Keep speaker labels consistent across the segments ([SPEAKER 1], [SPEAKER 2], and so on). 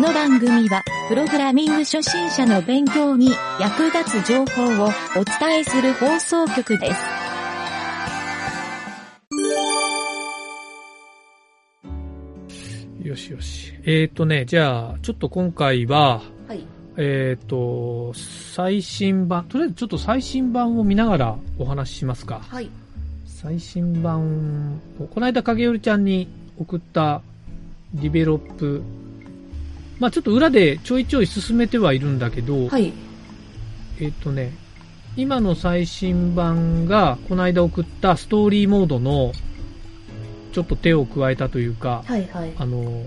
[SPEAKER 1] の番組は、プログラミング初心者の勉強に役立つ情報をお伝えする放送局です。
[SPEAKER 2] よしよし。えっ、ー、とね、じゃあ、ちょっと今回は、
[SPEAKER 3] はい。
[SPEAKER 2] えっ、と、最新版、とりあえずちょっと最新版を見ながらお話ししますか。
[SPEAKER 3] はい。
[SPEAKER 2] 最新版を、この間影織ちゃんに送ったディベロップ、まあちょっと裏でちょいちょい進めてはいるんだけど、
[SPEAKER 3] はい。
[SPEAKER 2] えっ、とね、今の最新版が、この間送ったストーリーモードの、ちょっと手を加えたというか、
[SPEAKER 3] はい。はい。
[SPEAKER 2] あの、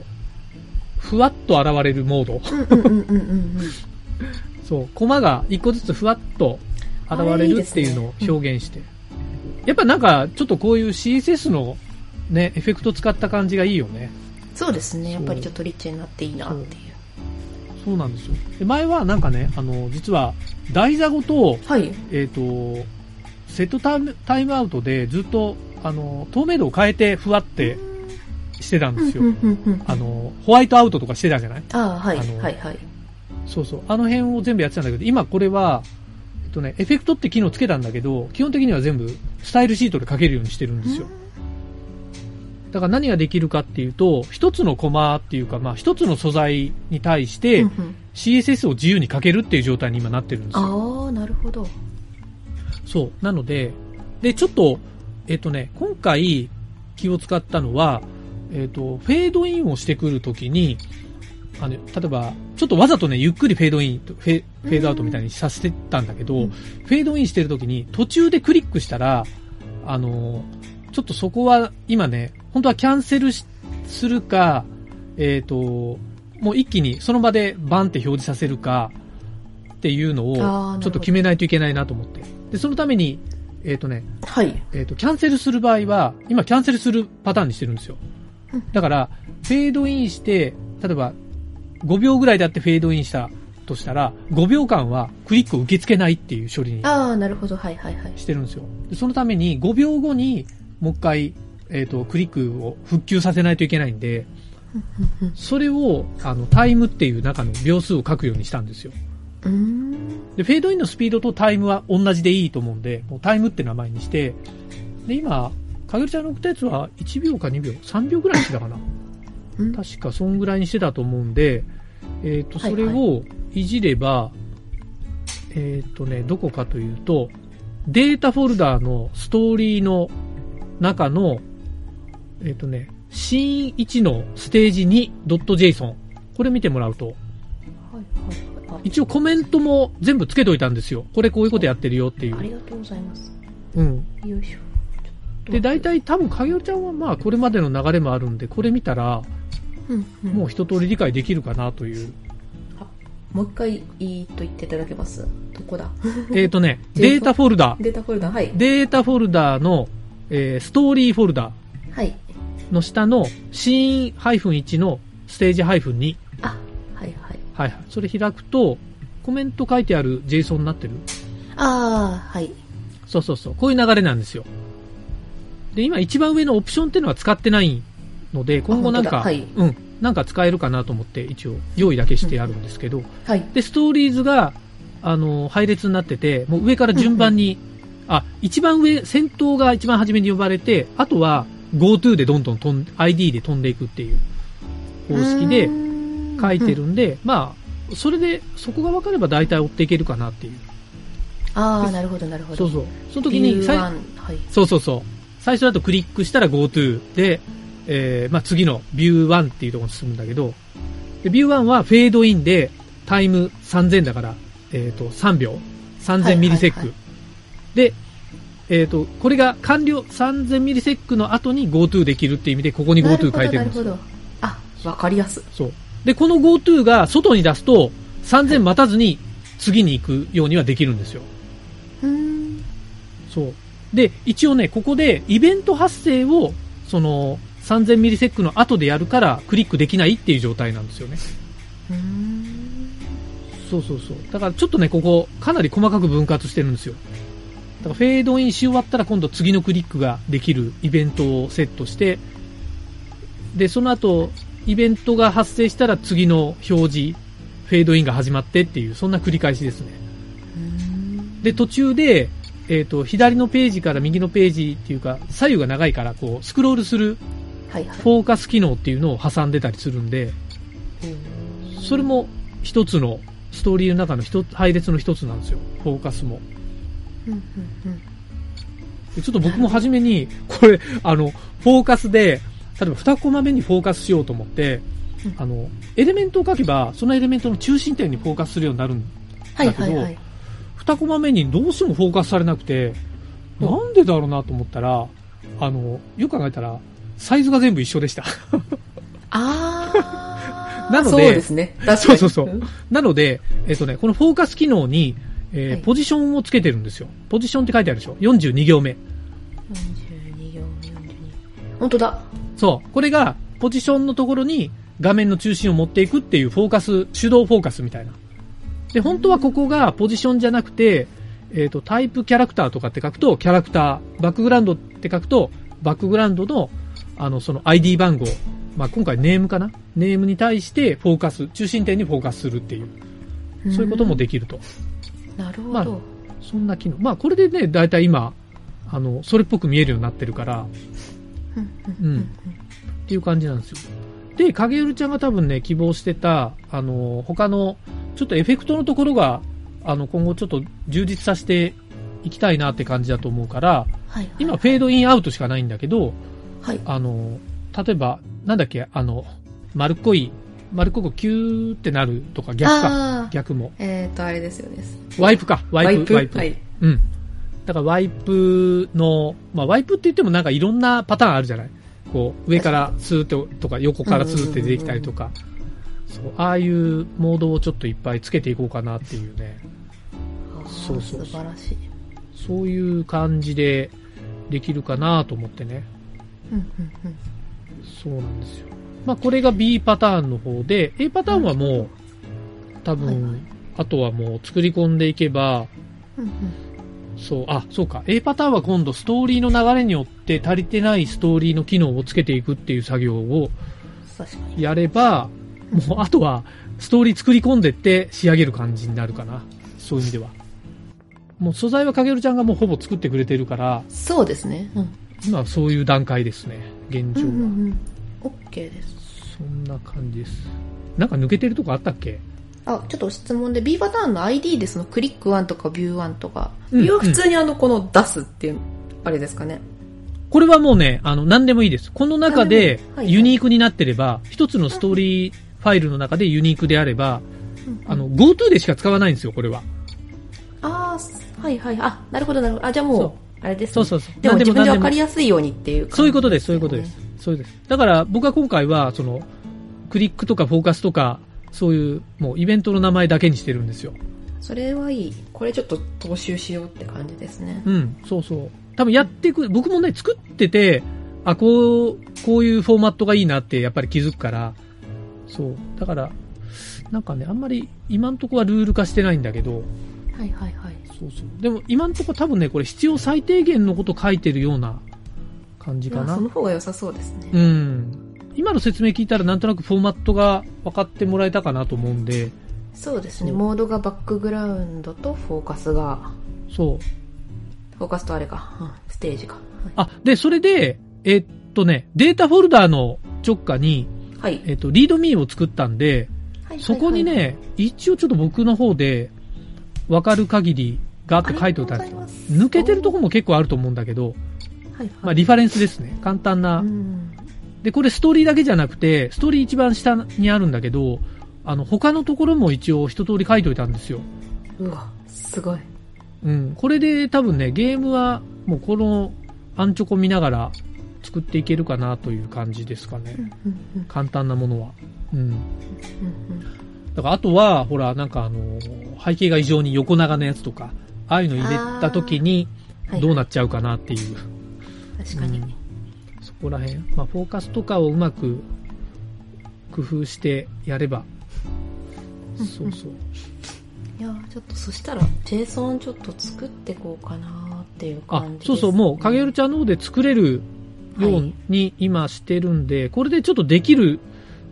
[SPEAKER 2] ふわっと現れるモード。
[SPEAKER 3] うんうんうんうんうん。
[SPEAKER 2] そう、コマが一個ずつふわっと現
[SPEAKER 3] あ
[SPEAKER 2] れ
[SPEAKER 3] れいい
[SPEAKER 2] る
[SPEAKER 3] で
[SPEAKER 2] っ
[SPEAKER 3] す
[SPEAKER 2] て
[SPEAKER 3] ね
[SPEAKER 2] いうのを表現して。やっぱなんか、ちょっとこういう CSS のね、エフェクト使った感じがいいよね。
[SPEAKER 3] そうですね。やっぱりちょっとリッチになっていいなっていう。
[SPEAKER 2] そうなんですよ。で前はなんかね、あの、実は台座ごと、
[SPEAKER 3] はい。
[SPEAKER 2] えっ、と、セットタイムタイムアウトでずっと、あの、透明度を変えてふわってしてたんですよ。
[SPEAKER 3] うんうんうんうん
[SPEAKER 2] あの、ホワイトアウトとかしてたじゃない
[SPEAKER 3] ああ、はい
[SPEAKER 2] あ。の
[SPEAKER 3] はい。はい。
[SPEAKER 2] そうそう。あの辺を全部やってたんだけど、今これは、えっとね、エフェクトって機能つけたんだけど、基本的には全部スタイルシートで書けるようにしてるんですよ。だから何ができるかっていうと、一つのコマっていうか、まあ一つの素材に対し
[SPEAKER 3] う
[SPEAKER 2] て
[SPEAKER 3] んう、ん
[SPEAKER 2] CSS を自由に書けるっていう状態に今なってるんですよ。
[SPEAKER 3] ああ、なるほど。
[SPEAKER 2] そう。なので、で、ちょっと、えっとね、今回気を使ったのは、えっと、フェードインをしてくるときに、あの、例えば、ちょっとわざとね、ゆっくりフェードインと、フェフェードアウトみたいにさせてたんだけど、
[SPEAKER 3] うん
[SPEAKER 2] フェードインしてるときに、途中でクリックしたら、あの、ちょっとそこは、今ね、本当はキャンセルしするか、えっ、と、もう一気にその場でバンって表示させるか、っていうのを
[SPEAKER 3] あーなるほ、ど
[SPEAKER 2] ちょっと決めないといけないなと思って。で、そのために、えっ、とね、
[SPEAKER 3] はい。
[SPEAKER 2] えっ、と、キャンセルする場合は、今キャンセルするパターンにしてるんですよ
[SPEAKER 3] うん。
[SPEAKER 2] だから、フェードインして、例えば、5秒ぐらいであってフェードインしたとしたら、5秒間はクリックを受け付けないっていう処理に
[SPEAKER 3] ああ、なるほど。はい。はい。はい。
[SPEAKER 2] してるんですよ。でそのために5秒後にもう一回、えっ、と、クリックを復旧させないといけないんで、
[SPEAKER 3] うん
[SPEAKER 2] それを、あの、タイムっていう中の秒数を書くようにしたんですよ。
[SPEAKER 3] うんうん。
[SPEAKER 2] で、フェードインのスピードとタイムは同じでいいと思うんで、もうタイムって名前にして、で、今、かぐるちゃんの送ったやつは1秒か2秒、3秒ぐらいにしてたかな。
[SPEAKER 3] うーん。
[SPEAKER 2] 確かそんぐらいにしてたと思うんで、えっ、と、
[SPEAKER 3] はいは
[SPEAKER 2] そ
[SPEAKER 3] い
[SPEAKER 2] れをいじれば、えっ、とね、どこかというと、データフォルダーのストーリーの中の、えっ、とね、シーン1のステージ 2.json。これ見てもらうと、
[SPEAKER 3] はいはいはい
[SPEAKER 2] 一応コメントも全部つけといたんですよ。これこういうことやってるよってい
[SPEAKER 3] ああ
[SPEAKER 2] う。
[SPEAKER 3] りがとうございます。
[SPEAKER 2] うん。
[SPEAKER 3] よいしょ。ちょっと
[SPEAKER 2] で、大、体多分、影尾ちゃんはまあ、これまでの流れもあるんで、これ見たら、
[SPEAKER 3] うんうん
[SPEAKER 2] もう一通り理解できるかな という。
[SPEAKER 3] もう一回、いいと言っていただけます。どこだ
[SPEAKER 2] えっとね、
[SPEAKER 3] デ
[SPEAKER 2] デ
[SPEAKER 3] ー
[SPEAKER 2] ータ
[SPEAKER 3] タ
[SPEAKER 2] フォルダ
[SPEAKER 3] データフォルダ、はい。
[SPEAKER 2] データフォルダーの、えーストーリーフォルダ
[SPEAKER 3] はい。
[SPEAKER 2] ーの下のシーン -1 のステージ -2。
[SPEAKER 3] あ、はいはい。
[SPEAKER 2] はいはい。それ開くと、コメント書いてある JSON になってる。
[SPEAKER 3] ああ、はい。
[SPEAKER 2] そうそうそう。こういう流れなんですよ。で、今一番上のオプションっていうのは使ってないので、今後なんか、
[SPEAKER 3] あ本当だはい
[SPEAKER 2] うん、なんか使えるかなと思って一応用意だけしてあるんですけど、
[SPEAKER 3] はい。
[SPEAKER 2] で、ストーリーズが、あの、配列になってて、もう上から順番に、あ、一番上、先頭が一番初めに呼ばれて、あとは GoTo でどんどん飛ん、ID で飛んでいくっていう方式で書いてるんで、まあ、それで、そこが分かれば大体追っていけるかなっていう。
[SPEAKER 3] ああ、なるほど、なるほど。
[SPEAKER 2] そうそう。その時に、
[SPEAKER 3] さ
[SPEAKER 2] さい
[SPEAKER 3] はい。
[SPEAKER 2] そうそうそう。最初だとクリックしたら GoTo で、えー、まあ次の View1 っていうところに進むんだけど、で View1 はフェードインでタイム3000だから、えっ、と、3秒。3000ミリセック。
[SPEAKER 3] はいはいは
[SPEAKER 2] で、えっ、と、これが完了3000ミリセックの後に GoTo できるっていう意味で、ここに GoTo 書いて
[SPEAKER 3] な
[SPEAKER 2] るんです
[SPEAKER 3] るほどなるほ
[SPEAKER 2] よ。
[SPEAKER 3] ど。あ、わかりやす。
[SPEAKER 2] そう。で、この GoTo が外に出すと、3000待たずに次に行くようにはできるんですよ。
[SPEAKER 3] うーん。
[SPEAKER 2] そう。で、一応ね、ここでイベント発生を、その、3000ミリセックの後でやるから、クリックできないっていう状態なんですよね。
[SPEAKER 3] うーん。
[SPEAKER 2] そうそうそう。だからちょっとね、ここ、かなり細かく分割してるんですよ。だからフェードインし終わったら、今度次のクリックができるイベントをセットして、で、その後、イベントが発生したら次の表示、フェードインが始まってっていう、そんな繰り返しですね。
[SPEAKER 3] うん
[SPEAKER 2] で、途中で、えっ、と、左のページから右のページっていうか、左右が長いから、こう、スクロールする
[SPEAKER 3] はいはい
[SPEAKER 2] フォーカス機能っていうのを挟んでたりするんで、
[SPEAKER 3] うん
[SPEAKER 2] それも一つの、ストーリーの中の一つ、配列の一つなんですよ。フォーカスも。
[SPEAKER 3] うんうんうん
[SPEAKER 2] でちょっと僕も初めに、これ、あの、フォーカスで、例えば2コマ目にフォーカスしようと思って
[SPEAKER 3] うん、
[SPEAKER 2] あの、エレメントを書けば、そのエレメントの中心点にフォーカスするようになるん
[SPEAKER 3] はいはいはい
[SPEAKER 2] 2コマ目にどうしてもフォーカスされなくて、
[SPEAKER 3] うん
[SPEAKER 2] なんでだろうなと思ったら、あの、よく考えたら、サイズが全部一緒でした。
[SPEAKER 3] ああ
[SPEAKER 2] なので
[SPEAKER 3] そうですね確かに
[SPEAKER 2] そうそうそうんなので、えっとね、このフォーカス機能に、えー
[SPEAKER 3] はい
[SPEAKER 2] ポジションをつけてるんですよ。ポジションって書いてあるでしょ ?42 行目。
[SPEAKER 3] 42行42本当だ
[SPEAKER 2] そう。これが、ポジションのところに画面の中心を持っていくっていうフォーカス、手動フォーカスみたいな。で、本当はここがポジションじゃなくて、えっ、と、タイプキャラクターとかって書くと、キャラクター、バックグラウンドって書くと、バックグラウンドの、あの、その ID 番号、まあ、今回ネームかなネームに対してフォーカス、中心点にフォーカスするっていう、そういうこともできると。
[SPEAKER 3] うんなるほ
[SPEAKER 2] まあ
[SPEAKER 3] ど
[SPEAKER 2] そんな機能。まあ、これでね、だいたい今、あの、それっぽく見えるようになってるから、
[SPEAKER 3] うん
[SPEAKER 2] うんっていう感じなんですよ。で、影るちゃんが多分ね、希望してた、あの、他の、ちょっとエフェクトのところが、あの、今後ちょっと充実させていきたいなって感じだと思うから、
[SPEAKER 3] はいはい
[SPEAKER 2] 今、フェードインアウトしかないんだけど、
[SPEAKER 3] はい
[SPEAKER 2] あの、例えば、なんだっけ、あの、丸っこい、丸っこくキューってなるとか、逆か、
[SPEAKER 3] あー
[SPEAKER 2] 逆も。
[SPEAKER 3] えっとあれですよね
[SPEAKER 2] ワイプか、ワイプ、ワイプ。
[SPEAKER 3] はい
[SPEAKER 2] うん。だからワイプの、まあワイプって言ってもなんかいろんなパターンあるじゃないこう、上からスーッととか横からスーッて出てきたりとか。そう、ああいうモードをちょっといっぱいつけていこうかなっていうね。
[SPEAKER 3] あー
[SPEAKER 2] そうそうそう
[SPEAKER 3] 素晴らしい
[SPEAKER 2] そういう感じでできるかなと思ってね。
[SPEAKER 3] うんうんうん
[SPEAKER 2] そうなんですよ。まあこれが B パターンの方で、A パターンはもう、多
[SPEAKER 3] はいはい
[SPEAKER 2] 分、あとはもう作り込んでいけば、
[SPEAKER 3] うんうん
[SPEAKER 2] そう、あ、そうか。A パターンは今度ストーリーの流れによって足りてないストーリーの機能をつけていくっていう作業を
[SPEAKER 3] 確かに
[SPEAKER 2] やれば、もうあとはストーリー作り込んでって仕上げる感じになるかな。そういう意味では。もう素材はかげるちゃんがもうほぼ作ってくれてるから、
[SPEAKER 3] そうですねうん
[SPEAKER 2] 今はそういう段階ですね。現
[SPEAKER 3] う
[SPEAKER 2] 状は。
[SPEAKER 3] んうんうんオッケーです
[SPEAKER 2] そんな感じです。なんか抜けてるとこあったっけ
[SPEAKER 3] あちょっと質問で B パターンの ID でそのクリック1とかビュー1とか、
[SPEAKER 2] うん
[SPEAKER 3] ビューは普通にあのこの出すっていうあれですかね
[SPEAKER 2] これはもうね、あの、何でもいいです。この中
[SPEAKER 3] 何
[SPEAKER 2] で
[SPEAKER 3] でもいいはいはい
[SPEAKER 2] ユニークになってれば、一つのストーリーファイルの中でユニークであれば、あの、GoTo でしか使わないんですよ、これは。
[SPEAKER 3] ああはいはいあなるほどなるほどあじゃあも
[SPEAKER 2] そう
[SPEAKER 3] うあれです、ね、
[SPEAKER 2] そうそうそう。
[SPEAKER 3] でも
[SPEAKER 2] 何
[SPEAKER 3] 自分で分か
[SPEAKER 2] 何
[SPEAKER 3] りやすいようにっていう感じ
[SPEAKER 2] そういうことです、そういうこと
[SPEAKER 3] よ
[SPEAKER 2] で
[SPEAKER 3] ね
[SPEAKER 2] す。そうです。だから僕は今回は、その、クリックとかフォーカスとか、そういう、もうイベントの名前だけにしてるんですよ。
[SPEAKER 3] それはいいこれちょっと踏襲しようって感じですね
[SPEAKER 2] うん、そうそう。多分やっていく、僕もね、作ってて、あ、こう、こういうフォーマットがいいなってやっぱり気づくから、そう。だから、なんかね、あんまり今んとこはルール化してないんだけど、
[SPEAKER 3] はいはいはい
[SPEAKER 2] そうそう。でも今んとこ多分ね、これ必要最低限のこと書いてるような感じか
[SPEAKER 3] まあ
[SPEAKER 2] な
[SPEAKER 3] そ。の方が良さそうですね、
[SPEAKER 2] うん。今の説明聞いたらなんとなくフォーマットが分かってもらえたかなと思うんで、
[SPEAKER 3] そうですね
[SPEAKER 2] そう
[SPEAKER 3] モードがバックグラウンドとフォーカスが
[SPEAKER 2] そう。
[SPEAKER 3] フォーカスとあれか、うん、ステージか
[SPEAKER 2] あ、で、それで、えっとね、データフォルダーの直下に、
[SPEAKER 3] はい、はい
[SPEAKER 2] えっと、リードミーを作ったんで、
[SPEAKER 3] はい
[SPEAKER 2] そこに
[SPEAKER 3] はい
[SPEAKER 2] ね、一応ちょっと僕の方で分かる限りがあって書いておいたん
[SPEAKER 3] あ
[SPEAKER 2] で
[SPEAKER 3] り
[SPEAKER 2] す
[SPEAKER 3] がとうございます
[SPEAKER 2] 抜けてるとこも結構あると思うんだけど、
[SPEAKER 3] はいはい
[SPEAKER 2] まあ、リファレンスですね。簡単な
[SPEAKER 3] うん
[SPEAKER 2] で、これストーリーだけじゃなくて、ストーリー一番下にあるんだけど、あの、他のところも一応一通り書いておいたんですよ。
[SPEAKER 3] うわすごい
[SPEAKER 2] うん。これで多分ね、ゲームはもうこのアンチョコ見ながら作っていけるかなという感じですかね
[SPEAKER 3] う。んうんうん
[SPEAKER 2] 簡単なものは。うん。
[SPEAKER 3] うんうん
[SPEAKER 2] だからあとは、ほら、なんかあの、背景が異常に横長のやつとか、ああいうの入れた時に
[SPEAKER 3] はい
[SPEAKER 2] どうなっちゃうかなっていう。
[SPEAKER 3] 確かに、
[SPEAKER 2] うんそこら辺、まあ、フォーカスとかをうまく工夫してやれば、
[SPEAKER 3] うん
[SPEAKER 2] そうそう。
[SPEAKER 3] いやーちょっとそしたら JSON ちょって作ってこうかなーっていう
[SPEAKER 2] あ
[SPEAKER 3] 感じです、ね、
[SPEAKER 2] そうそう、もう、かげるちゃんの方で作れるよ
[SPEAKER 3] は
[SPEAKER 2] う
[SPEAKER 3] い
[SPEAKER 2] に今してるんで、これでちょっとできる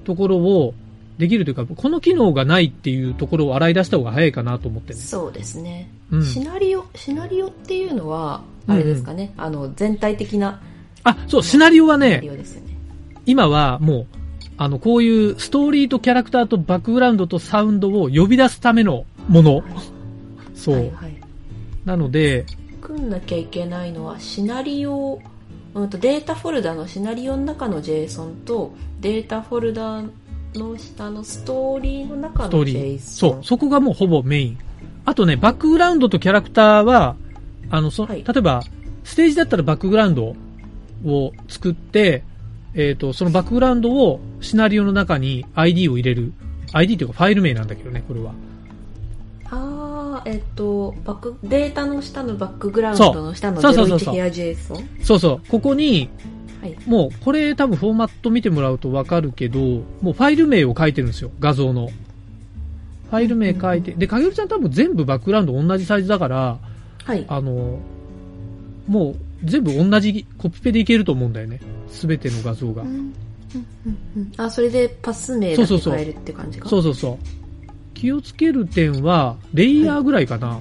[SPEAKER 2] ところをできるというか、この機能がないっていうところを洗い出した方が早いかなと思ってね。
[SPEAKER 3] そうですね、
[SPEAKER 2] うん。
[SPEAKER 3] シナリオシナリオっていうのは
[SPEAKER 2] うん
[SPEAKER 3] あれですかね、あの全体的な
[SPEAKER 2] あ、そう、シナリオは
[SPEAKER 3] シナリ
[SPEAKER 2] ね、
[SPEAKER 3] オですよね
[SPEAKER 2] 今はもう、あの、こういうストーリーとキャラクターとバックグラウンドとサウンドを呼び出すためのもの。そ。
[SPEAKER 3] はいうはい
[SPEAKER 2] なので、
[SPEAKER 3] 組んなきゃいけないのはシナリオ、うん、とデータフォルダのシナリオの中の JSON とデータフォルダの下のストーリーの中
[SPEAKER 2] スト
[SPEAKER 3] の
[SPEAKER 2] ーリー。
[SPEAKER 3] JSON
[SPEAKER 2] そう、そこがもうほぼメイン。あとね、バックグラウンドとキャラクターは、あの、そ、
[SPEAKER 3] はい
[SPEAKER 2] 例えば、ステージだったらバックグラウンドを作って、えっ、と、そのバックグラウンドをシナリオの中に ID を入れる。ID というかファイル名なんだけどね、これは。
[SPEAKER 3] あーえっとバックデータの下のバックグラウンドの下の
[SPEAKER 2] そうそうそうそう
[SPEAKER 3] 01ヘア JSON
[SPEAKER 2] そうそう、ここに、
[SPEAKER 3] はい
[SPEAKER 2] もうこれ多分フォーマット見てもらうとわかるけど、もうファイル名を書いてるんですよ、画像の。ファイル名書いて、で、かげるちゃん多分全部バックグラウンド同じサイズだから、
[SPEAKER 3] はい
[SPEAKER 2] あの、もう全部同じコピペでいけると思うんだよね。すべての画像が
[SPEAKER 3] うん。うんうんうんあそれでパス名だけ変えるって感じか
[SPEAKER 2] そうそうそう。気をつける点は、レイヤーぐらいかな。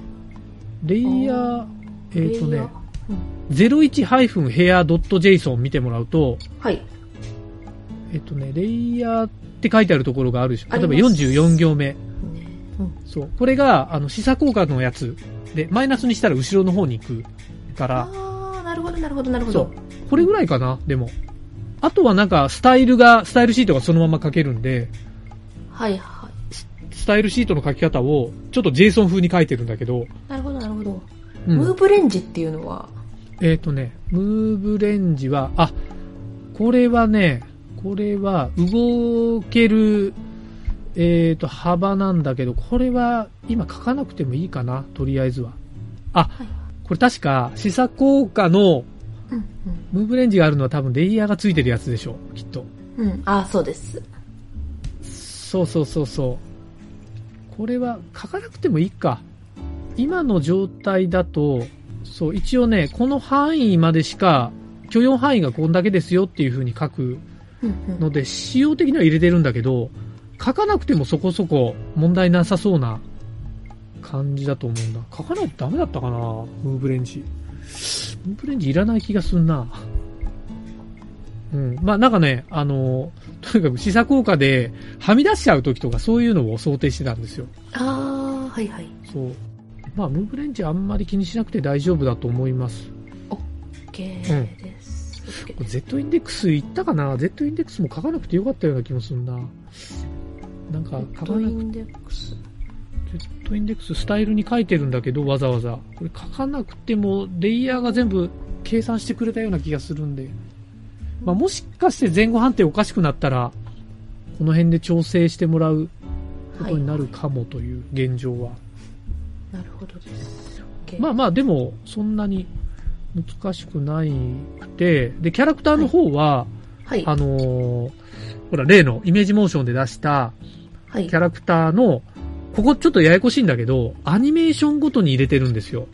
[SPEAKER 2] レイヤー、えっ、
[SPEAKER 3] レイヤー
[SPEAKER 2] とね、01-hair.json 見てもらうと、
[SPEAKER 3] はい
[SPEAKER 2] えっとね、レイヤーって書いてあるところがあるでしょ。
[SPEAKER 3] あ
[SPEAKER 2] 例
[SPEAKER 3] り
[SPEAKER 2] えば
[SPEAKER 3] ます
[SPEAKER 2] 44行目。
[SPEAKER 3] ねうん
[SPEAKER 2] そう。これが、あの、示唆効果のやつ。で、マイナスにしたら後ろの方に行くから、
[SPEAKER 3] ああなるほどなるほどなるほ
[SPEAKER 2] そ
[SPEAKER 3] ど
[SPEAKER 2] う。これぐらいかな、でも。あとはなんか、スタイルが、スタイルシートがそのまま書けるんで、
[SPEAKER 3] はいはい
[SPEAKER 2] スタイルシートの書き方を、ちょっと JSON 風に書いてるんだけど、
[SPEAKER 3] なるほどなるほど、
[SPEAKER 2] うん
[SPEAKER 3] ムーブレンジっていうのは
[SPEAKER 2] えっ、とね、ムーブレンジは、あ、これはね、これは動ける、えっ、と、幅なんだけど、これは今書かなくてもいいかな、とりあえずは。あ、
[SPEAKER 3] い
[SPEAKER 2] これ確か、試作効果の
[SPEAKER 3] うん
[SPEAKER 2] ムーブレンジがあるのは多分レイヤーがついてるやつでしょう、きっと。
[SPEAKER 3] うんうんああそうです
[SPEAKER 2] そうそうそうそう。これは書かなくてもいいか。今の状態だと、そう、一応ね、この範囲までしか、許容範囲がこんだけですよっていう風に書く
[SPEAKER 3] うんうん
[SPEAKER 2] ので、仕様的には入れてるんだけど、書かなくてもそこそこ問題なさそうな感じだと思うんだ。書かないとダメだったかなムーブレンジ。ムーブレンジいらない気がすんな。うん。まあなんかね、あの、とにかく試作効果ではみ出しちゃう時とかそういうのを想定してたんですよ。
[SPEAKER 3] ああはいはい
[SPEAKER 2] そう。まあムーブレンジあんまり気にしなくて大丈夫だと思います。
[SPEAKER 3] OK です、OK
[SPEAKER 2] これ Z インデックスいったかな ?Z インデックスも書かなくてよかったような気もするな。なんか書か
[SPEAKER 3] ド
[SPEAKER 2] な
[SPEAKER 3] イ
[SPEAKER 2] くて
[SPEAKER 3] ンデックス
[SPEAKER 2] ジェットインデックススタイルに書いてるんだけど、わざわざ。これ書かなくても、レイヤーが全部計算してくれたような気がするんで。まあ、もしかして前後判定おかしくなったら、この辺で調整してもらうことになるかもという現状は。
[SPEAKER 3] なるほどです、OK
[SPEAKER 2] まあまあ、でも、そんなに難しくないくて、で、キャラクターの方は、
[SPEAKER 3] はい
[SPEAKER 2] あのーほら、例のイメージモーションで出した、
[SPEAKER 3] はい
[SPEAKER 2] キャラクターの、ここちょっとややこしいんだけど、アニメーションごとに入れてるんですよ。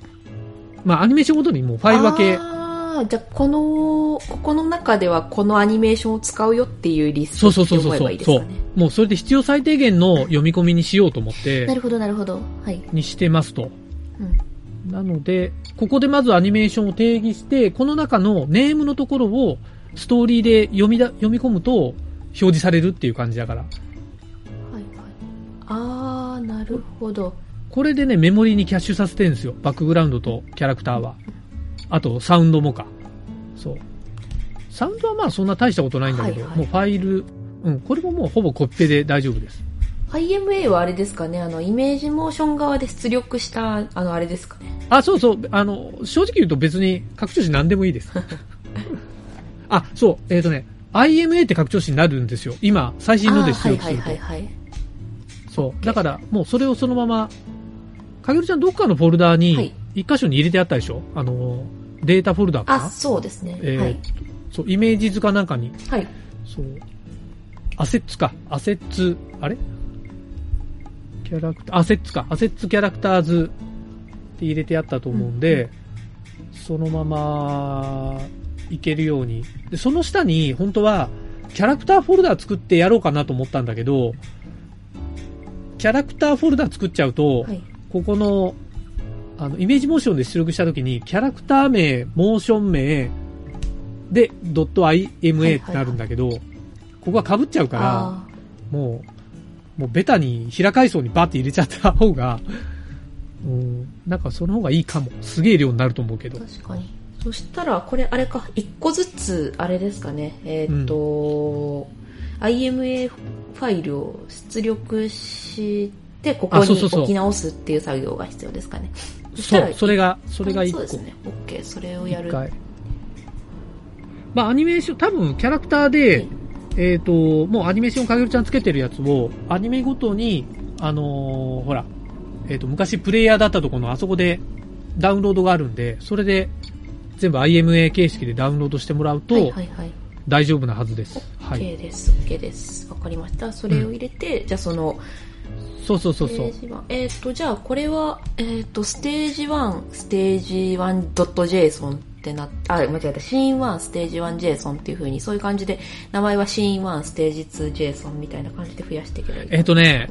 [SPEAKER 2] まあ、アニメーションごとにもうファイル分け。
[SPEAKER 3] ああじゃあこのここの中ではこのアニメーションを使うよっていうリス
[SPEAKER 2] そ
[SPEAKER 3] ト
[SPEAKER 2] うそうそう
[SPEAKER 3] に
[SPEAKER 2] そう
[SPEAKER 3] 思えばいいです
[SPEAKER 2] そ
[SPEAKER 3] か
[SPEAKER 2] う
[SPEAKER 3] ね。
[SPEAKER 2] もうそれで必要最低限の読み込みにしようと思っ
[SPEAKER 3] な
[SPEAKER 2] て、
[SPEAKER 3] るほどなるほどはい、
[SPEAKER 2] にしてますと。
[SPEAKER 3] うん、
[SPEAKER 2] なので、ここでまずアニメーションを定義して、この中のネームのところをストーリーで読みだ、読み込むと表示されるっていう感じだから。
[SPEAKER 3] はいはいああなるほど
[SPEAKER 2] これでね、メモリにキャッシュさせてるんですよ。バックグラウンドとキャラクターは。あと、サウンドもか。そう。サウンドはまあそんな大したことないんだけど、
[SPEAKER 3] はいはい
[SPEAKER 2] もうファイル、うん、これももうほぼコピペで大丈夫です。
[SPEAKER 3] IMA はあれですかねあのイメージモーション側で出力したあのあれですかね
[SPEAKER 2] あ、そうそう、あの、正直言うと別に拡張子何でもいい です。あ、そう、えっ、とね、IMA って拡張子になるんですよ。今、最新ので
[SPEAKER 3] は
[SPEAKER 2] 出
[SPEAKER 3] い
[SPEAKER 2] 力
[SPEAKER 3] は
[SPEAKER 2] す
[SPEAKER 3] い
[SPEAKER 2] ると。
[SPEAKER 3] はいはい
[SPEAKER 2] そう。だから、もうそれをそのまま、かげるちゃんどっかのフォルダー
[SPEAKER 3] はい
[SPEAKER 2] に、一箇所に入れてあったでしょ、あの、データフォルダーかな
[SPEAKER 3] あそうですね、
[SPEAKER 2] えーそう、イメージ図かなんかに、
[SPEAKER 3] はいはい
[SPEAKER 2] そう、アセッツか、アセッツ、あれキャラクター、アセッツか、アセッツキャラクターズって入れてあったと思うんで、そのままいけるように。で、その下に、本当は、キャラクターフォルダー作ってやろうかなと思ったんだけど、キャラクターフォルダー作っちゃうと、
[SPEAKER 3] はい。
[SPEAKER 2] ここの、あの、イメージモーションで出力したときに、キャラクター名、モーション名、で、ドット IMA ってなるんだけど、ここは被っちゃうから、
[SPEAKER 3] あ
[SPEAKER 2] もう、もうベタに平階層にバッて入れちゃった方が、うん、なんかその方がいいかも。すげえ量になると思うけ
[SPEAKER 3] あ、
[SPEAKER 2] ど。
[SPEAKER 3] 確かに。そしたら、これあれか、一個ずつ、あれですかね、えっ、と、IMA ファイルを出力して、ここ
[SPEAKER 2] あ
[SPEAKER 3] に
[SPEAKER 2] そうそうそう
[SPEAKER 3] 置き直すっていう作業が必要ですかね。した
[SPEAKER 2] そ
[SPEAKER 3] ら
[SPEAKER 2] う、それが、それが一個
[SPEAKER 3] そう。ですね。OK、それをやる。
[SPEAKER 2] 一
[SPEAKER 3] は
[SPEAKER 2] 回まあアニメーション、多分キャラクターで、
[SPEAKER 3] はい
[SPEAKER 2] えっ、と、もうアニメーションかげるちゃんつけてるやつを、アニメごとに、あのーほら、えっ、と、昔プレイヤーだったとこのあそこでダウンロードがあるんで、それで全部 IMA 形式でダウンロードしてもらう
[SPEAKER 3] い
[SPEAKER 2] と
[SPEAKER 3] はいはい。
[SPEAKER 2] 大丈夫なはずです。はい。
[SPEAKER 3] OK です、OK です。わかりました。それを入れて、じゃあその、
[SPEAKER 2] そうそうそう
[SPEAKER 3] ス
[SPEAKER 2] そ
[SPEAKER 3] テ
[SPEAKER 2] う
[SPEAKER 3] ー。ジ1。えっ、と、じゃあこれは、えっ、と、ステージ1、ステージ 1.json ってなっあ、間違えた。シーン1、ステージ 1json っていう風に、そういう感じで、名前はシーン1、ステージ 2json みたいな感じで増やしていけばいい、
[SPEAKER 2] えっ、とね、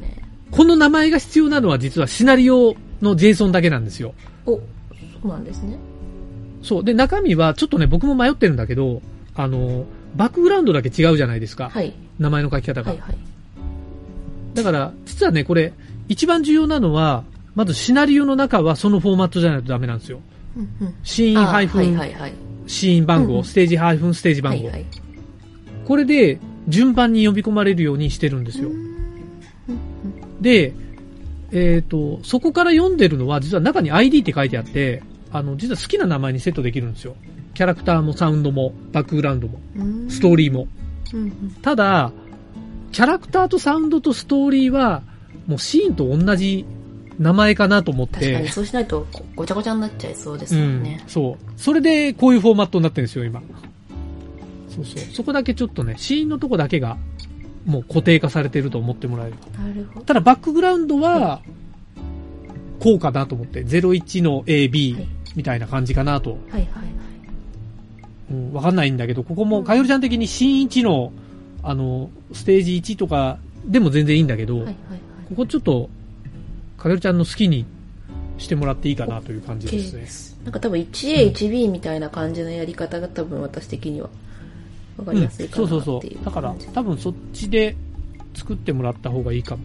[SPEAKER 2] この名前が必要なのは実はシナリオの JSON だけなんですよ。
[SPEAKER 3] お、そうなんですね。
[SPEAKER 2] そう。で、中身はちょっとね、僕も迷ってるんだけど、あの、バックグラウンドだけ違うじゃないですか。
[SPEAKER 3] はい。
[SPEAKER 2] 名前の書き方が。
[SPEAKER 3] はいはい。
[SPEAKER 2] だから、実はね、これ、一番重要なのは、まずシナリオの中はそのフォーマットじゃないとダメなんですよ。
[SPEAKER 3] うんうん。
[SPEAKER 2] シーン
[SPEAKER 3] あ
[SPEAKER 2] ハ
[SPEAKER 3] は
[SPEAKER 2] イ
[SPEAKER 3] い
[SPEAKER 2] フ
[SPEAKER 3] は
[SPEAKER 2] ン、
[SPEAKER 3] いはい。
[SPEAKER 2] シーン番号、
[SPEAKER 3] うんうん
[SPEAKER 2] ステージハイフン、ステージ
[SPEAKER 3] は
[SPEAKER 2] 番
[SPEAKER 3] い
[SPEAKER 2] 号。
[SPEAKER 3] はい。
[SPEAKER 2] これで、順番に呼び込まれるようにしてるんですよ
[SPEAKER 3] う。んうん
[SPEAKER 2] で、えっ、と、そこから読んでるのは、実は中に ID って書いてあって、あの、実は好きな名前にセットできるんですよ。キャラクターもサウンドも、バックグラウンドも、
[SPEAKER 3] うん
[SPEAKER 2] ストーリーも。
[SPEAKER 3] うんうん
[SPEAKER 2] ただ、キャラクターとサウンドとストーリーは、もうシーンと同じ名前かなと思って。
[SPEAKER 3] 確かにそうしないとごごちゃごちゃになっちゃいそうですもんね
[SPEAKER 2] うん、。そう。それで、こういうフォーマットになってるんですよ、今。そうそう。そこだけちょっとね、シーンのとこだけが、もう固定化されてると思ってもらえるば。
[SPEAKER 3] なるほど。
[SPEAKER 2] ただ、バックグラウンドは、こうかなと思って、01の A、B
[SPEAKER 3] はい
[SPEAKER 2] みたいな感じかなと。
[SPEAKER 3] はいはいはい。
[SPEAKER 2] うんわかんないんだけど、ここ
[SPEAKER 3] う
[SPEAKER 2] も、
[SPEAKER 3] ん
[SPEAKER 2] かよるちゃん的にシーン1の、あの、ステージ1とかでも全然いいんだけど、
[SPEAKER 3] はいはいはい。
[SPEAKER 2] ここちょっと、かよるちゃんの好きにしてもらっていいかなという感じですね。
[SPEAKER 3] なんか多分 1A、1B みたいな感じのやり方が多分私的には分かりやすいかなっていう
[SPEAKER 2] うん、そうそうそうだから
[SPEAKER 3] 感じ
[SPEAKER 2] 多分そっちで作ってもらった方がいいかも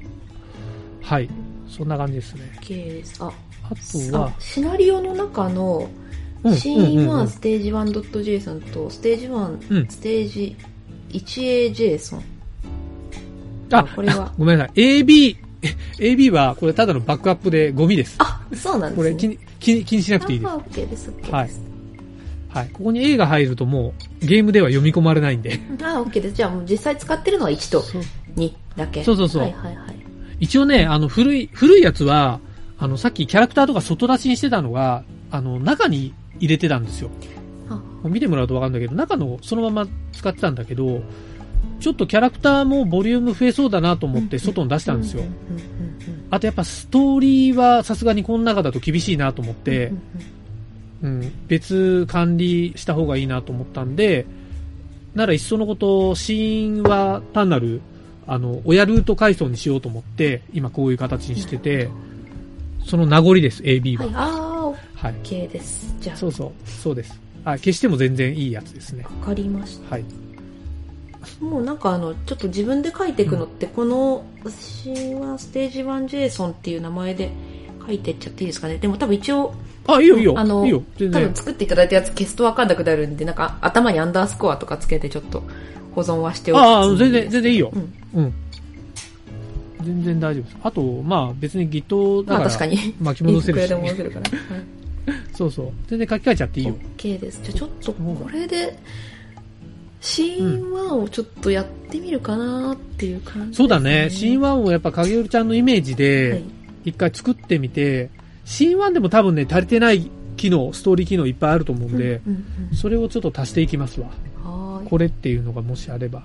[SPEAKER 2] はいそんな感じですね
[SPEAKER 3] OK です。あ、
[SPEAKER 2] あとは
[SPEAKER 3] あシナリオの中の
[SPEAKER 2] うん
[SPEAKER 3] シーン
[SPEAKER 2] うんうんう
[SPEAKER 3] 1
[SPEAKER 2] ん
[SPEAKER 3] ステージ 1.json とステージ1、
[SPEAKER 2] うん
[SPEAKER 3] ステージ 1AJSON。
[SPEAKER 2] あ。
[SPEAKER 3] これは
[SPEAKER 2] ごめんなさい AB AB はこれただのバックアップでゴミです
[SPEAKER 3] あ、そうなんで
[SPEAKER 2] こ
[SPEAKER 3] す
[SPEAKER 2] れ
[SPEAKER 3] ね。
[SPEAKER 2] 気に気に気にしなくていいです
[SPEAKER 3] あ、OK です。OK です。
[SPEAKER 2] はいはいここに A が入るともうゲームでは読み込まれないんで
[SPEAKER 3] あ、OK です。じゃあもう実際使ってるのは1と
[SPEAKER 2] そう
[SPEAKER 3] 2だけ。
[SPEAKER 2] そうそうそう
[SPEAKER 3] はいはいはい。
[SPEAKER 2] 一応ねあの古い古いやつはあのさっきキャラクターとか外出しにしてたのがあの中に入れてたんですよ
[SPEAKER 3] あ
[SPEAKER 2] 見てもらうと分かるんだけど、中のそのまま使ってたんだけど、ちょっとキャラクターもボリューム増えそうだなと思っ
[SPEAKER 3] うん
[SPEAKER 2] て外に出したんですよ
[SPEAKER 3] う。うんうんうん
[SPEAKER 2] あとやっぱストーリーはさすがにこの中だと厳しいなと思っ
[SPEAKER 3] う
[SPEAKER 2] て
[SPEAKER 3] ん、うん
[SPEAKER 2] うん、別管理した方がいいなと思ったんで、ならいっそのこと、シーンは単なる、あの、親ルート階層にしようと思って、今こういう形にしてて、その名残です、AB
[SPEAKER 3] は
[SPEAKER 2] は。
[SPEAKER 3] い、あ
[SPEAKER 2] はい。
[SPEAKER 3] ー、OK です。じゃあ、
[SPEAKER 2] そうそう、そうです。あ、消しても全然いいやつですね。
[SPEAKER 3] わかりまし
[SPEAKER 2] はい。
[SPEAKER 3] た。もうなんかあの、ちょっと自分で書いていくのって、この、私はステージ 1JSON っていう名前で書いてっちゃっていいですかね。でも多分一応、
[SPEAKER 2] あ、いいよいいよ。
[SPEAKER 3] あの
[SPEAKER 2] いいよ。全
[SPEAKER 3] 多
[SPEAKER 2] 然
[SPEAKER 3] 分。作っていただいたやつ消すとわかんなくなるんで、なんか頭にアンダースコアとかつけてちょっと保存はしておく
[SPEAKER 2] ああ、
[SPEAKER 3] つもり
[SPEAKER 2] 全
[SPEAKER 3] で
[SPEAKER 2] 然、
[SPEAKER 3] す
[SPEAKER 2] 全然いいよ
[SPEAKER 3] う。ん。
[SPEAKER 2] うん。全然大丈夫です。あと、まあ別に Git
[SPEAKER 3] まあ
[SPEAKER 2] だから、
[SPEAKER 3] 確かに。
[SPEAKER 2] 巻き戻せ
[SPEAKER 3] いく
[SPEAKER 2] る
[SPEAKER 3] ら
[SPEAKER 2] し
[SPEAKER 3] で、も戻せるから。はい
[SPEAKER 2] そうそう。全然書き換えちゃっていいよ。
[SPEAKER 3] OK です。じゃあちょっとこれで、シーン1をちょっとやってみるかなっていう感じです、
[SPEAKER 2] そうだね。シーン1をやっぱ影よりちゃんのイメージ
[SPEAKER 3] はい
[SPEAKER 2] で、一回作ってみて、シーン1でも多分ね、足りてない機能、ストーリー機能いっぱいあると思うんで、
[SPEAKER 3] うんうん
[SPEAKER 2] それをちょっと足していきますわ。
[SPEAKER 3] うんはーい
[SPEAKER 2] これっていうのがもしあれば。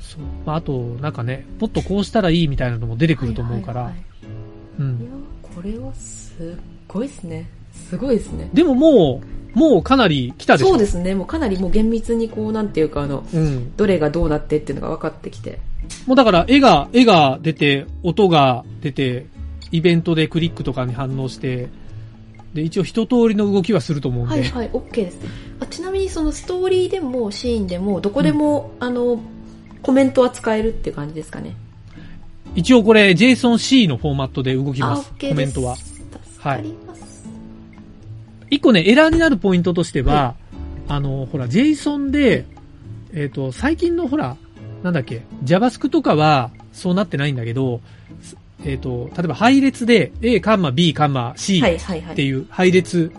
[SPEAKER 2] そう。まああと、なんかね、もっとこうしたらいいみたいなのも出てくると思うか
[SPEAKER 3] は
[SPEAKER 2] ら
[SPEAKER 3] いは、
[SPEAKER 2] うん
[SPEAKER 3] いはいい。やこれはすっごいですねすごいですね
[SPEAKER 2] でももう、もうかなり来たでしょ
[SPEAKER 3] そうですね。もうかなりもう厳密にこう、なんていうか、あの、
[SPEAKER 2] うん。
[SPEAKER 3] どれがどうなってっていうのが分かってきて。
[SPEAKER 2] もうだから、絵が、絵が出て、音が出て、イベントでクリックとかに反応して、で、一応一通りの動きはすると思うんで。
[SPEAKER 3] はいはい、OK です。あちなみにそのストーリーでもシーンでも、どこでも、あの、コメントは使えるっていう感じですかね。
[SPEAKER 2] 一応これ、JSON-C のフォーマットで動きます。
[SPEAKER 3] あ OK
[SPEAKER 2] コメ
[SPEAKER 3] で
[SPEAKER 2] ン
[SPEAKER 3] す。
[SPEAKER 2] トは。
[SPEAKER 3] 助かります。
[SPEAKER 2] 一個ね、エラーになるポイントとしては、あの、ほら、JSON で、えっ、と、最近のほら、なんだっけ、JavaScript とかは、そうなってないんだけど、すえっ、と、例えば配列で、A、カンマ、B、カンマ、C
[SPEAKER 3] は
[SPEAKER 2] っ
[SPEAKER 3] いはいはい。
[SPEAKER 2] ていう配列、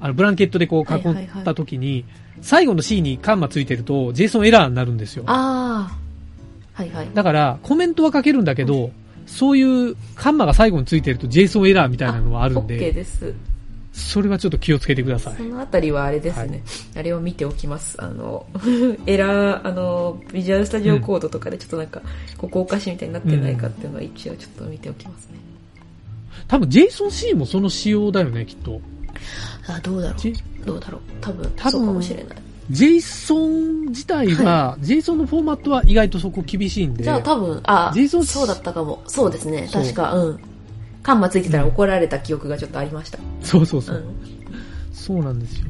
[SPEAKER 2] あの、ブランケットでこう囲
[SPEAKER 3] はいはいはい
[SPEAKER 2] った時に、最後の C にカンマついてると、JSON エラーになるんですよ。
[SPEAKER 3] ああ。はいはい。
[SPEAKER 2] だから、コメントは書けるんだけど、そういうカンマが最後についてると JSON エラーみたいなのはあるん
[SPEAKER 3] OK
[SPEAKER 2] で、
[SPEAKER 3] です。
[SPEAKER 2] それはちょっと気をつけてください
[SPEAKER 3] そ。のあたりはあれですね、
[SPEAKER 2] はい
[SPEAKER 3] あれを見ておきます。あの、 エラー、あの、ビジュアルスタジオコードとかでちょっとなんか、ここおかしいみたいになってないかっていうのは一応ちょっと見ておきますね。
[SPEAKER 2] 多分 JSON-C もその仕様だよね、きっと。
[SPEAKER 3] あ、どうだろ
[SPEAKER 2] ジ
[SPEAKER 3] う。どうだろう。多分、
[SPEAKER 2] 多分
[SPEAKER 3] そうかもしれない。
[SPEAKER 2] JSON 自体は、JSON のフォーマットは意外とそこ厳しいんで。
[SPEAKER 3] じゃあ多分、あ、
[SPEAKER 2] JSON
[SPEAKER 3] そうだったかも。そうですね。
[SPEAKER 2] そう
[SPEAKER 3] 確か、うん。カンマついてたら怒られた記憶がちょっとありました。
[SPEAKER 2] そうそう
[SPEAKER 3] う
[SPEAKER 2] そう。
[SPEAKER 3] ん。
[SPEAKER 2] そうなんですよ。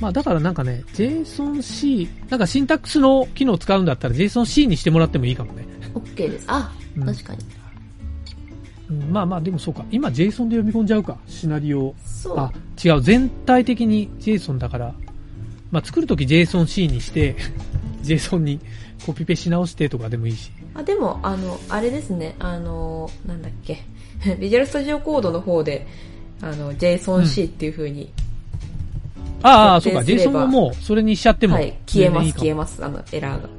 [SPEAKER 2] まあだからなんかね、JSON-C、なんかシンタックスの機能を使うんだったら JSON-C にしてもらってもいいかもね。
[SPEAKER 3] OK です。あ、
[SPEAKER 2] うん
[SPEAKER 3] 確かに。
[SPEAKER 2] うんまあまあでもそうか。今 JSON で読み込んじゃうか。シナリオ。
[SPEAKER 3] そう。
[SPEAKER 2] あ、違う。全体的に JSON だから。まあ作るとき JSON-C にして、JSON にコピペし直してとかでもいいし。
[SPEAKER 3] あでもあのあれですねあのなんだっけ ビジュアルスタジオコードの方であの JSON-C っていう風に、
[SPEAKER 2] ああ、そうか。
[SPEAKER 3] 設定すれ
[SPEAKER 2] JSON
[SPEAKER 3] ば
[SPEAKER 2] はもうそれにしちゃっても
[SPEAKER 3] はい消えます消え
[SPEAKER 2] ま
[SPEAKER 3] ますあのエラーが、
[SPEAKER 2] す。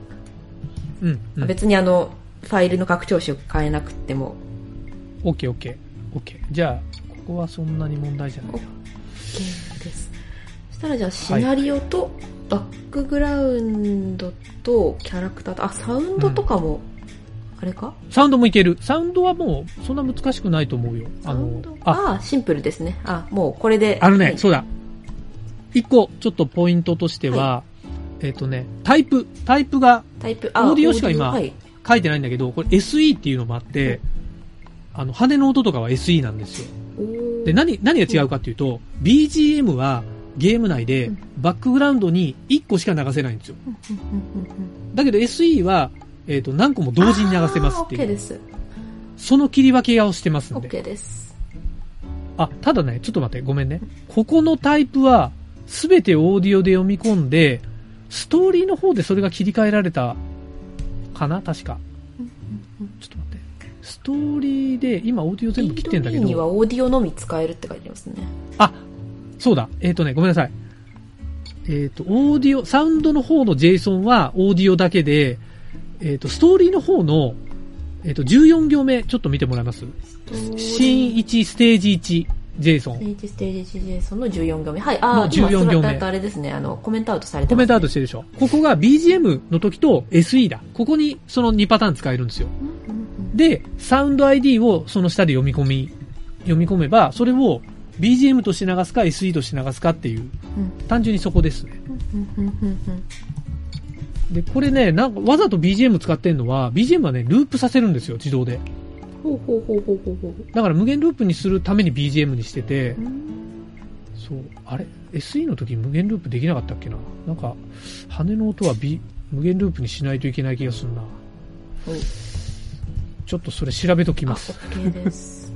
[SPEAKER 2] うん、うん。
[SPEAKER 3] 別にあのファイルの拡張子を変えなくても
[SPEAKER 2] オッケーオッケー。オッケー。じゃあ、ここはそんなに問題じゃないな。
[SPEAKER 3] OK ですそしたらじゃあシナリオとバックグラウンドとキャラクターとあサウンドとかも、あれか
[SPEAKER 2] サウンドもいける。サウンドはもう、そんな難しくないと思うよ。
[SPEAKER 3] サ
[SPEAKER 2] あ
[SPEAKER 3] ウ
[SPEAKER 2] の
[SPEAKER 3] ンド、
[SPEAKER 2] あ、
[SPEAKER 3] ああシンプルですねあもうこれで
[SPEAKER 2] あの
[SPEAKER 3] は
[SPEAKER 2] ね、
[SPEAKER 3] い
[SPEAKER 2] そうだ。一個、ちょっとポイントとしては、えっとね、タイプ。タイプが
[SPEAKER 3] タイプ
[SPEAKER 2] オーディオしか今
[SPEAKER 3] オーディオはい
[SPEAKER 2] 書いてないんだけど、これ SE っていうのもあって、あの、羽の音とかは SE なんですよ。
[SPEAKER 3] おー
[SPEAKER 2] で、何、何が違うかっていうと、BGM はゲーム内で
[SPEAKER 3] うん
[SPEAKER 2] バックグラウンドに1個しか流せないんですよ。
[SPEAKER 3] うんうんうんうん
[SPEAKER 2] だけど SE は、えっ、と、何個も同時に流せますって
[SPEAKER 3] あー OK
[SPEAKER 2] いう。
[SPEAKER 3] です。
[SPEAKER 2] その切り分けをしてますんで。
[SPEAKER 3] OK です。
[SPEAKER 2] あ、ただね、ちょっと待って、ごめんね。ここのタイプは、すべてオーディオで読み込んで、ストーリーの方でそれが切り替えられた、かな確か。ちょっと待って。ストーリーで、今オーディオ全部切ってんだ
[SPEAKER 3] リ
[SPEAKER 2] け
[SPEAKER 3] ードミーには
[SPEAKER 2] ど。
[SPEAKER 3] オーディオのみ使えるって書いてありますね。
[SPEAKER 2] あ、そうだ。えっ、とね、ごめんなさい。えっ、と、オーディオ、サウンドの方の JSON はオーディオだけで、えっ、と、ストーリーの方の、えっ、と、14行目、ちょっと見てもらえますシーン1、ステージ1、
[SPEAKER 3] ステ
[SPEAKER 2] JSON。
[SPEAKER 3] ージステージ JSON の14行目。はい、あ
[SPEAKER 2] の
[SPEAKER 3] あ、今
[SPEAKER 2] 14行目
[SPEAKER 3] だとあれですね、あの、コメントアウトされて
[SPEAKER 2] コ
[SPEAKER 3] ま
[SPEAKER 2] メ
[SPEAKER 3] す、
[SPEAKER 2] ントアウトしてるでしょ。ここが BGM の時と SE だ。ここにその2パターン使えるんですよ。
[SPEAKER 3] うんうん
[SPEAKER 2] で、サウンド ID をその下で読み込み、読み込めば、それを BGM として流すか SE として流すかっていう、
[SPEAKER 3] うん
[SPEAKER 2] 単純にそこですね。
[SPEAKER 3] うんうんうんうんうん
[SPEAKER 2] で、これね、なんかわざと BGM 使ってるのは、BGM はね、ループさせるんですよ、自動で。
[SPEAKER 3] ほうほうほうほうほうほう。
[SPEAKER 2] だから無限ループにするために BGM にしてて
[SPEAKER 3] う、ん
[SPEAKER 2] そう、あれ ?SE の時無限ループできなかったっけななんか、羽の音は、B、無限ループにしないといけない気がするな。
[SPEAKER 3] お
[SPEAKER 2] ちょっとそれ調べとき
[SPEAKER 3] あ、
[SPEAKER 2] ます。
[SPEAKER 3] OK です。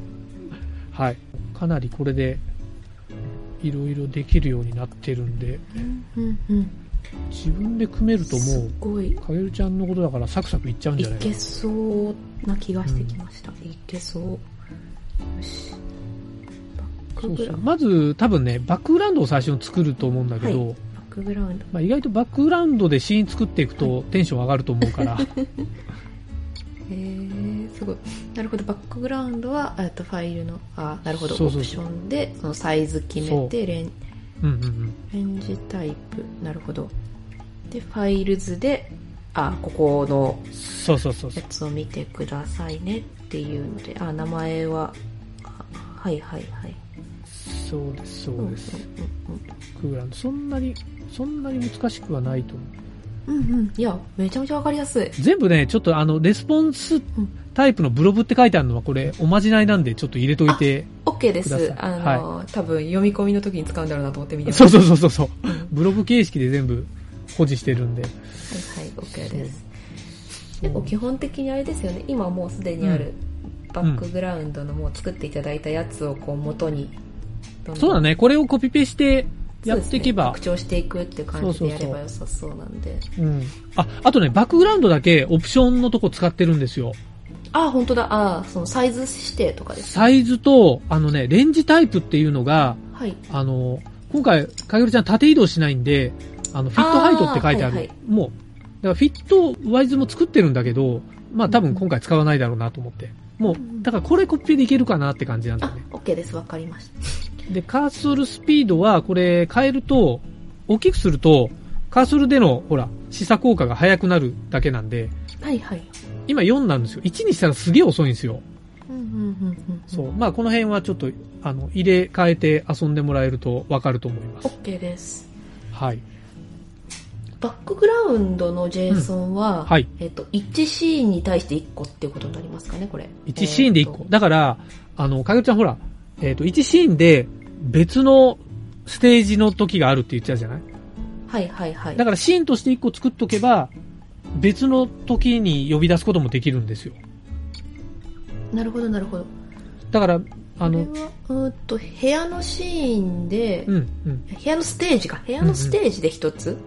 [SPEAKER 2] はい。かなりこれで、いろいろできるようになってるんで、
[SPEAKER 3] うんうん。
[SPEAKER 2] 自分で組めると
[SPEAKER 3] す
[SPEAKER 2] も
[SPEAKER 3] ごい。
[SPEAKER 2] う、かげるちゃんのことだからサクサクいっちゃうん
[SPEAKER 3] い
[SPEAKER 2] じゃないか
[SPEAKER 3] け
[SPEAKER 2] な。
[SPEAKER 3] そうな気がしてきました。いけそう。よし。バッ
[SPEAKER 2] そ
[SPEAKER 3] ク
[SPEAKER 2] う
[SPEAKER 3] グ
[SPEAKER 2] そ
[SPEAKER 3] ラ
[SPEAKER 2] う
[SPEAKER 3] ウンド。
[SPEAKER 2] まず、多分ね、バックグラウンドを最初に作ると思うんだけ
[SPEAKER 3] は
[SPEAKER 2] ど、
[SPEAKER 3] バックグラウンド。
[SPEAKER 2] まあ、意外とバックグラウンドでシーン作っていくとテンション上がると思うから、
[SPEAKER 3] へーすごいなるほどバックグラウンドはえっとファイルのあなるほど
[SPEAKER 2] そうそうそう
[SPEAKER 3] オプションでそのサイズ決めてレン
[SPEAKER 2] うんうんうん。
[SPEAKER 3] レンジタイプなるほどでファイルズであここの
[SPEAKER 2] そうそうそうそ
[SPEAKER 3] や
[SPEAKER 2] う。
[SPEAKER 3] つを見てくださいねっていうのであ名前はあはいはいはい
[SPEAKER 2] そうです、そううん
[SPEAKER 3] うん
[SPEAKER 2] です。
[SPEAKER 3] うん
[SPEAKER 2] くぐらいのそんなに、そんなに難しくはないと思う。
[SPEAKER 3] うんうん。いや、めちゃめちゃわかりやすい。
[SPEAKER 2] 全部ね、ちょっとあの、レスポンスタイプのブログって書いてあるのは、これ、おまじないなんで、ちょっと入れといて。
[SPEAKER 3] OK で
[SPEAKER 2] ください
[SPEAKER 3] す。あの、多分読み込みの時に使うんだろうなと思って見てます。
[SPEAKER 2] そうそうそうそうそう。ブログ形式で全部保持してるんで。
[SPEAKER 3] はい、はい、OK です。
[SPEAKER 2] そう
[SPEAKER 3] 結構基本的にあれですよね、今もうすでにあるバックグラウンドのもう作っていただいたやつをこう元に、どんどん
[SPEAKER 2] そうだね、これをコピペしてやっていけば
[SPEAKER 3] そうですね拡。張していくっていう感じ
[SPEAKER 2] そう
[SPEAKER 3] で
[SPEAKER 2] そ
[SPEAKER 3] や
[SPEAKER 2] うそう
[SPEAKER 3] れば良さそうなんで。
[SPEAKER 2] うん。あ、あとね、バックグラウンドだけオプションのとこ使ってるんですよ。
[SPEAKER 3] あ、本当だ。あ、そのサイズ指定とかです。
[SPEAKER 2] サイズと、あのね、レンジタイプっていうのが、
[SPEAKER 3] はい。
[SPEAKER 2] あの、今回、かげるちゃん縦移動しないんで、あの、フィットハイトって書いてある。
[SPEAKER 3] あーはいは
[SPEAKER 2] もう、だからフィットワイズも作ってるんだけど、まあ多分今回使わないだろうなと思って。もう、だからこれコピペでいけるかなって感じなんだよ
[SPEAKER 3] あ
[SPEAKER 2] ね。、
[SPEAKER 3] OK です。わかりました。
[SPEAKER 2] で、カーソルスピードは、これ変えると、大きくすると、カーソルでの、ほら、示唆効果が速くなるだけなんで、
[SPEAKER 3] はいはい。
[SPEAKER 2] 今4なんですよ。1にしたらすげえ遅いんですよ。
[SPEAKER 3] うんうんうんうん。
[SPEAKER 2] そう。まあ、この辺はちょっと、あの、入れ替えて遊んでもらえるとわかると思います。
[SPEAKER 3] OK です。
[SPEAKER 2] はい。
[SPEAKER 3] バックグラウンドの JSON は、
[SPEAKER 2] はい。
[SPEAKER 3] えっと、1シーンに対して1個っていうことになりますかね、これ。
[SPEAKER 2] 1シーンで1
[SPEAKER 3] えっ
[SPEAKER 2] 個。
[SPEAKER 3] と。
[SPEAKER 2] だから、あの、かげるちゃんほら、えっ、と、1シーンで別のステージの時があるって言ってたじゃない
[SPEAKER 3] はいはいはい。
[SPEAKER 2] だからシーンとして1個作っとけば、別の時に呼び出すこともできるんですよ。
[SPEAKER 3] なるほどなるほど。
[SPEAKER 2] だから、あの、
[SPEAKER 3] これは、うーんと、部屋のシーンで、
[SPEAKER 2] うん、うん、
[SPEAKER 3] 部屋のステージか。部屋のステージで1つ。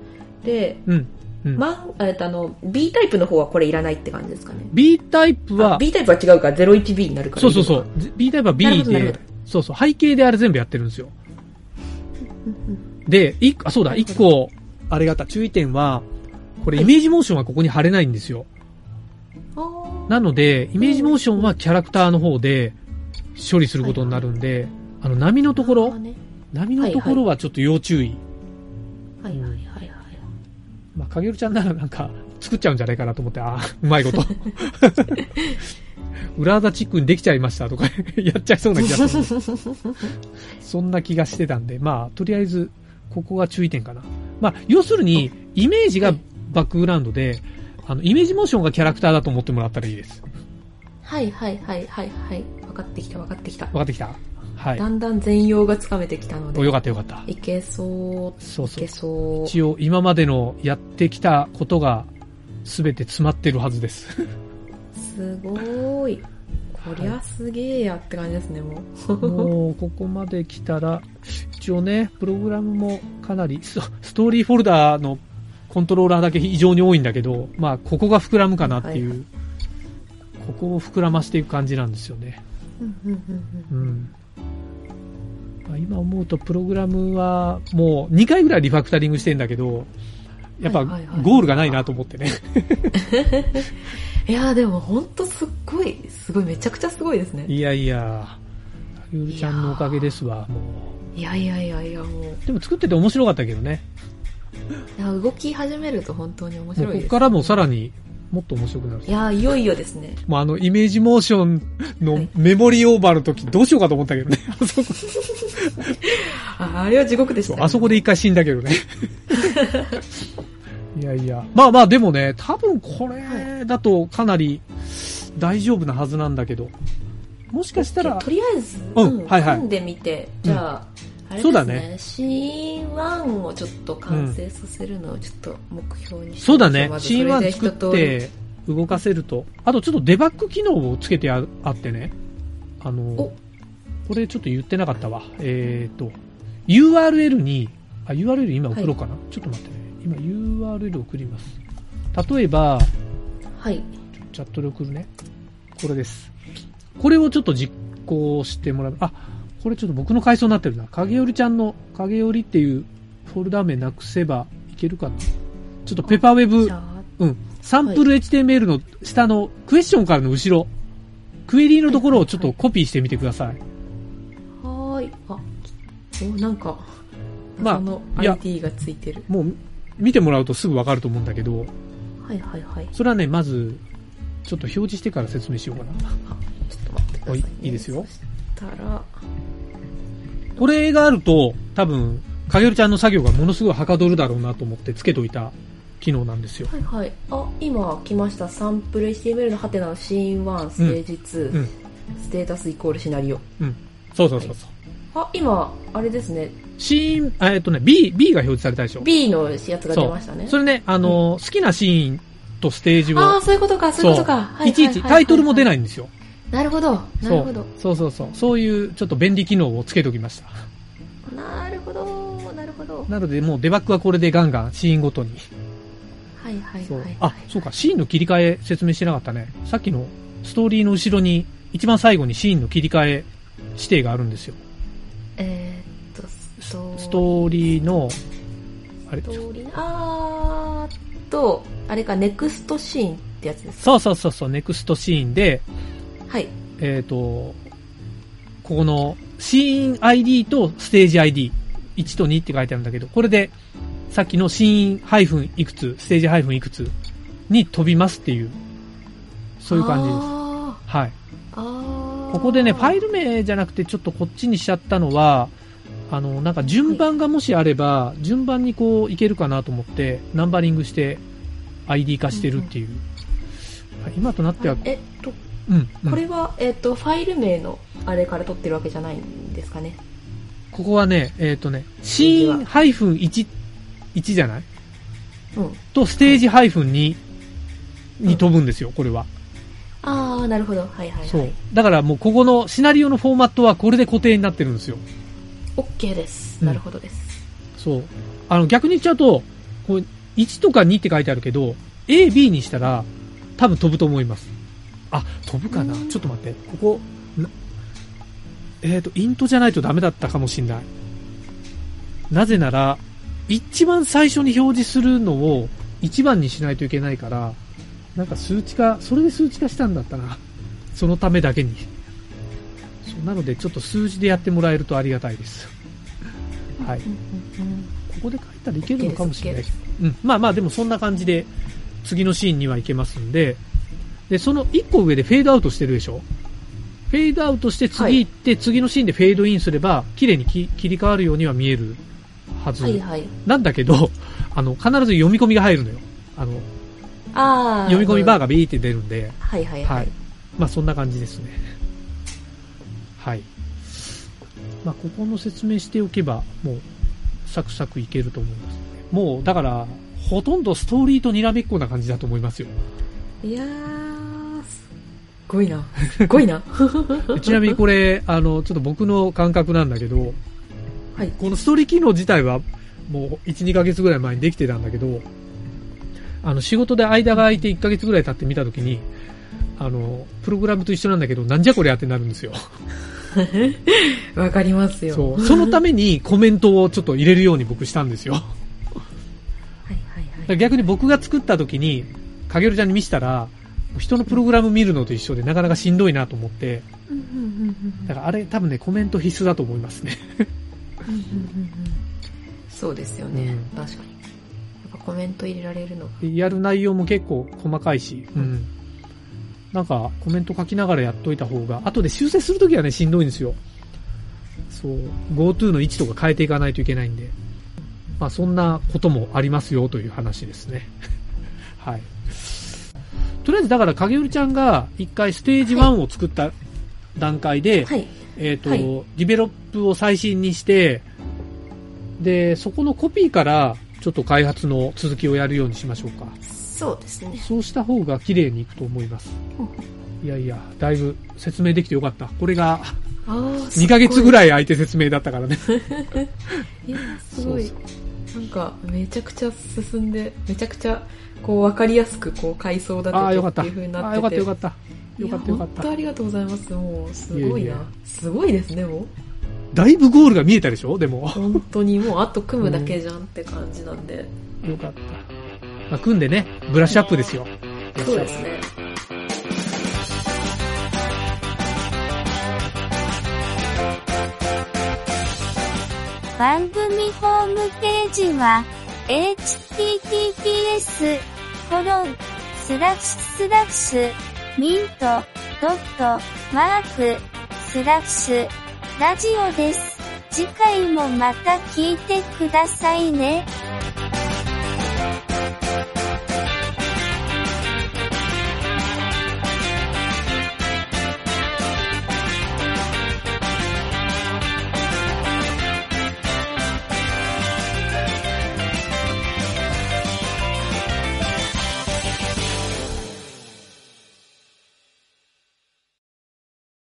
[SPEAKER 3] で、
[SPEAKER 2] うん、うん。
[SPEAKER 3] まん、えっと、あの、B タイプの方はこれいらないって感じですかね。
[SPEAKER 2] B タイプ
[SPEAKER 3] あ
[SPEAKER 2] は、
[SPEAKER 3] B タイプは違うから 01B になるから。
[SPEAKER 2] そうそうそう。。B タイプは B
[SPEAKER 3] なるほどなる
[SPEAKER 2] で
[SPEAKER 3] ほ、
[SPEAKER 2] そうそう、背景であれ全部やってるんですよ。
[SPEAKER 3] うんうん
[SPEAKER 2] で、いあ、そうだ、
[SPEAKER 3] なるほど
[SPEAKER 2] 一個、あれがあった注意点は、これイメージモーションはここに貼れないんですよ。
[SPEAKER 3] あ
[SPEAKER 2] なので、イメージモーションはキャラクターの方で処理することになるんで、あの、波の
[SPEAKER 3] ー
[SPEAKER 2] とこ
[SPEAKER 3] あー
[SPEAKER 2] ろ、
[SPEAKER 3] ね
[SPEAKER 2] 波のところはちょっと要注意。
[SPEAKER 3] はいはいはいはい。
[SPEAKER 2] まあ、かげるちゃんならなんか、作っちゃうんじゃないかなと思って、ああ、うまいこと。裏技チックにできちゃいましたとか、 やっちゃいそうな気がする。そんな気がしてたんで、まあ、とりあえず、ここが注意点かな。まあ、要するに、イメージがバックグラウンドで、あの、イメージモーションがキャラクターだと思ってもらったらいいです。
[SPEAKER 3] はいはいはいはいはい。分かってきた分かってきた。
[SPEAKER 2] わかってきたはい
[SPEAKER 3] だ。んだん全容がつかめてきたの
[SPEAKER 2] お、
[SPEAKER 3] で。
[SPEAKER 2] よかったよかった。
[SPEAKER 3] いけそう。
[SPEAKER 2] そう
[SPEAKER 3] い
[SPEAKER 2] そう
[SPEAKER 3] け。そう。
[SPEAKER 2] 一応、今までのやってきたことが、すべて詰まってるはずです。
[SPEAKER 3] すごーい。こりゃすげえやって感じですね、もう。
[SPEAKER 2] もうここまで来たら、一応ね、プログラムもかなり、スストーリーフォルダーのコントローラーだけ非常に多いんだけど、まあ、ここが膨らむかなっていう、
[SPEAKER 3] はい
[SPEAKER 2] ここを膨らませていく感じなんですよね。
[SPEAKER 3] うんうんうん
[SPEAKER 2] う
[SPEAKER 3] うん
[SPEAKER 2] ん。まあ今思うと、プログラムはもう2回ぐらいリファクタリングしてんだけど、やっぱ
[SPEAKER 3] はいはいはい
[SPEAKER 2] ゴールがないなと思ってね。
[SPEAKER 3] いやーでもほんとすっごい、すごい、めちゃくちゃすごいですね。
[SPEAKER 2] いやいや、ゆるちゃんのおかげですわ、もう。
[SPEAKER 3] いやいやいやいや、もう。
[SPEAKER 2] でも作ってて面白かったけどね。
[SPEAKER 3] いや動き始めると本当に面
[SPEAKER 2] もう
[SPEAKER 3] 白い
[SPEAKER 2] こ
[SPEAKER 3] です。
[SPEAKER 2] こからもさらにもっと面白くなる
[SPEAKER 3] い。やーいよいよですね。
[SPEAKER 2] もうあの、イメージモーション
[SPEAKER 3] は
[SPEAKER 2] の
[SPEAKER 3] い
[SPEAKER 2] メモリーオーバーの時どうしようかと思ったけどね。あそこ、
[SPEAKER 3] ああれは地獄でした、ね。
[SPEAKER 2] あそこで一回死んだけ どね。いやいや。まあまあでもね、多分これだとかなり大丈夫なはずなんだけど。もしかしたら、
[SPEAKER 3] とりあえず、
[SPEAKER 2] うんはいはい
[SPEAKER 3] 組んでみて、じゃあ、あれですね
[SPEAKER 2] そうだね
[SPEAKER 3] シーン1をちょっと完成させるのをちょっと目標にして、
[SPEAKER 2] そうだね
[SPEAKER 3] ま、ず
[SPEAKER 2] シーン
[SPEAKER 3] それ
[SPEAKER 2] 1
[SPEAKER 3] で
[SPEAKER 2] 作
[SPEAKER 3] 一
[SPEAKER 2] っ
[SPEAKER 3] 通り
[SPEAKER 2] て動かせると。あとちょっとデバッグ機能をつけてああってね。あの
[SPEAKER 3] お、
[SPEAKER 2] これちょっと言ってなかったわ。えっ、と、URL に、あ、URL 今送ろうかな。ちょっと待ってね。今 URL 送ります。例えば、
[SPEAKER 3] はい。
[SPEAKER 2] チャットで送るね。これです。これをちょっと実行してもらう。あ、これちょっと僕の階層になってるな。影よりちゃんの影よりっていうフォルダ名なくせばいけるかな。ちょっとペパーウェブ
[SPEAKER 3] じゃあ、
[SPEAKER 2] うん。サンプル HTML の下のクエスチョンからの後ろ、クエリーのところをちょっとコピーしてみてください。
[SPEAKER 3] はーい。あ、お、なんか、
[SPEAKER 2] まあ
[SPEAKER 3] その
[SPEAKER 2] いや
[SPEAKER 3] ID がついてる。
[SPEAKER 2] もう見てもらうとすぐわかると思うんだけど、
[SPEAKER 3] はいはいはい。
[SPEAKER 2] それはね、まず、ちょっと表示してから説明しようかな。
[SPEAKER 3] ちょっと待ってください、ね。
[SPEAKER 2] おいいいですよ
[SPEAKER 3] そしたら、
[SPEAKER 2] これがあると、多分、かげるちゃんの作業がものすごいはかどるだろうなと思ってつけといた機能なんですよ。
[SPEAKER 3] はいはい。あ、今来ました。サンプル HTML のハテナのシーン1、ステージ2、
[SPEAKER 2] うん
[SPEAKER 3] ステータスイコールシナリオ。
[SPEAKER 2] そうそうそうそう。
[SPEAKER 3] あ、今、あれですね。
[SPEAKER 2] シーン、あえっとね、B、B が表示されたでしょ。
[SPEAKER 3] B のやつが出ましたね。
[SPEAKER 2] それね、あの、好きなシーンとステージを、
[SPEAKER 3] ああ、そういうことか、そういうことか。はい。
[SPEAKER 2] ちいちタイトルも出ないいんですよ。
[SPEAKER 3] なるほど、なるほど。
[SPEAKER 2] そうそうそう。そういうちょっと便利機能をつけておきました。
[SPEAKER 3] なるほど、なるほど。
[SPEAKER 2] なので、もうデバッグはこれでガンガンシーンごとに。
[SPEAKER 3] はいはい
[SPEAKER 2] そう
[SPEAKER 3] はい。
[SPEAKER 2] あ、そうか、シーンの切り替え説明してなかったね。さっきのストーリーの後ろに、一番最後にシーンの切り替え指定があるんですよ。
[SPEAKER 3] えーっと、スト
[SPEAKER 2] ストーリーの、あれ、
[SPEAKER 3] ストーリー、あーっと、あれか、ネクストシーンってやつです。
[SPEAKER 2] そうそうそうそう、ネクストシーンで、
[SPEAKER 3] はい。
[SPEAKER 2] えっ、と、ここのシーン ID とステージ ID、1と2って書いてあるんだけど、これでさっきのシーンハイフンいくつ、ステージハイフンいくつに飛びますっていう、そういう感じです。
[SPEAKER 3] あ
[SPEAKER 2] はい。
[SPEAKER 3] ーあー
[SPEAKER 2] ここでね、ファイル名じゃなくてちょっとこっちにしちゃったのは、あの、なんか順番がもしあれば、順番にこういけるかなと思って、ナンバリングして ID 化してるっていう。はい今となっては、
[SPEAKER 3] えっと、
[SPEAKER 2] うん、うん
[SPEAKER 3] これは、えっと、ファイル名のあれから取ってるわけじゃないんですかね。
[SPEAKER 2] ここはね、えっ、とね、シーンハイフン1、1じゃない
[SPEAKER 3] うん。
[SPEAKER 2] と、ステージハイフン2に飛ぶんですよ、これは。
[SPEAKER 3] あー、なるほど。はいはい
[SPEAKER 2] そ
[SPEAKER 3] は
[SPEAKER 2] う
[SPEAKER 3] い。。
[SPEAKER 2] だからもうここのシナリオのフォーマットはこれで固定になってるんですよ。
[SPEAKER 3] OK です。
[SPEAKER 2] うん
[SPEAKER 3] なるほどです。
[SPEAKER 2] そう。あの、逆に言っちゃうと、こう1とか2って書いてあるけど、A、B にしたら、多分飛ぶと思います。あ、飛ぶかな
[SPEAKER 3] うん
[SPEAKER 2] ちょっと待って。ここ、なえっ、と、イントじゃないとダメだったかもしんない。なぜなら、一番最初に表示するのを1番にしないといけないから、なんか数値化、それで数値化したんだったな。そのためだけに。そうなので、ちょっと数字でやってもらえるとありがたいです。はい。
[SPEAKER 3] うんうんうん
[SPEAKER 2] ここで書いたらいけるのかもしれないけど、うん、まあまあでもそんな感じで次のシーンにはいけますんででその1個上でフェードアウトしてるでしょフェードアウトして次行って、次のシーンでフェードインすれば綺麗にき切り替わるようには見えるはず、
[SPEAKER 3] はいはい。
[SPEAKER 2] なんだけどあの必ず読み込みが入るのよあの
[SPEAKER 3] あー。
[SPEAKER 2] 読み込みバー
[SPEAKER 3] ー。
[SPEAKER 2] がビーって出るんで、
[SPEAKER 3] はいはい
[SPEAKER 2] は
[SPEAKER 3] はいい。
[SPEAKER 2] まあそんな感じですね。はい。まあここの説明しておけば、もうサクサクいけると思います、ね。もうだから、ほとんどストーリーとにらめっこな感じだと思いますよ。
[SPEAKER 3] いやー、すっごい な。すっごいな。
[SPEAKER 2] でちなみにこれ、あの、ちょっと僕の感覚なんだけど、
[SPEAKER 3] はい。
[SPEAKER 2] このストーリー機能自体はもう1、2ヶ月ぐらい前にできてたんだけど、あの仕事で間が空いて1ヶ月ぐらい経って見たときに、あの、プログラムと一緒なんだけど、なんじゃこりゃってなるんですよ。
[SPEAKER 3] わかりますよ。
[SPEAKER 2] そう。そのためにコメントをちょっと入れるように僕したんですよ。
[SPEAKER 3] はいはい
[SPEAKER 2] だか
[SPEAKER 3] は
[SPEAKER 2] ら
[SPEAKER 3] い。
[SPEAKER 2] 逆に僕が作った時に、かげるちゃんに見せたら、人のプログラム見るのと一緒でなかなかしんどいなと思って、
[SPEAKER 3] うんうんうんうん
[SPEAKER 2] だからあれ多分ね、コメント必須だと思いますね。
[SPEAKER 3] うんうんうんうんそうですよね、
[SPEAKER 2] う
[SPEAKER 3] 確かにやっぱコメント入れられるのが
[SPEAKER 2] でやる内容も結構細かいし、うん。なんかコメント書きながらやっといた方が、後で修正するときはね、しんどいんですよ。そう、GoTo の位置とか変えていかないといけないんで、まあそんなこともありますよという話ですね。 はい。とりあえずだから影織ちゃんが一回ステージ1を作った段階で、
[SPEAKER 3] はい
[SPEAKER 2] えっ、と、
[SPEAKER 3] はい
[SPEAKER 2] ディベロップを最新にして、で、そこのコピーから、ちょっと開発の続きをやるようにしましょうか。
[SPEAKER 3] そうですね
[SPEAKER 2] そうした方が綺麗にいくと思います。いやいや、だいぶ説明できてよかった。これが
[SPEAKER 3] ああ
[SPEAKER 2] 2ヶ月ぐ
[SPEAKER 3] い
[SPEAKER 2] らい空いて説明だったからね。
[SPEAKER 3] いやすごい
[SPEAKER 2] そ
[SPEAKER 3] なんかめちゃくちゃ進んでめちゃくちゃこう分かりやすくこう階層立て
[SPEAKER 2] ああ、
[SPEAKER 3] て
[SPEAKER 2] よか
[SPEAKER 3] っ
[SPEAKER 2] った。
[SPEAKER 3] て
[SPEAKER 2] あ
[SPEAKER 3] いう風に
[SPEAKER 2] あ
[SPEAKER 3] な
[SPEAKER 2] ー、よか
[SPEAKER 3] っ
[SPEAKER 2] った
[SPEAKER 3] てて
[SPEAKER 2] よかった。よかったよか
[SPEAKER 3] いや本
[SPEAKER 2] っ
[SPEAKER 3] 当
[SPEAKER 2] た。
[SPEAKER 3] ありがとうございますもうすごいない
[SPEAKER 2] やいや
[SPEAKER 3] すごいですねもう
[SPEAKER 2] だいぶゴールが見えたでしょでも。
[SPEAKER 3] 本当にもうあと組むだけじゃんって感じなんで、
[SPEAKER 2] よかった。まあ、組んでね、ブラッシュアップですよ。ブラッシ
[SPEAKER 3] そう
[SPEAKER 2] ュア
[SPEAKER 3] で
[SPEAKER 2] ップ
[SPEAKER 3] すね
[SPEAKER 4] 番組ホームページは、https, コロン、スラッシュスラッシュ、ミント、ドット、マーク、スラッシュ、ラジオです。次回もまた聞いてくださいね。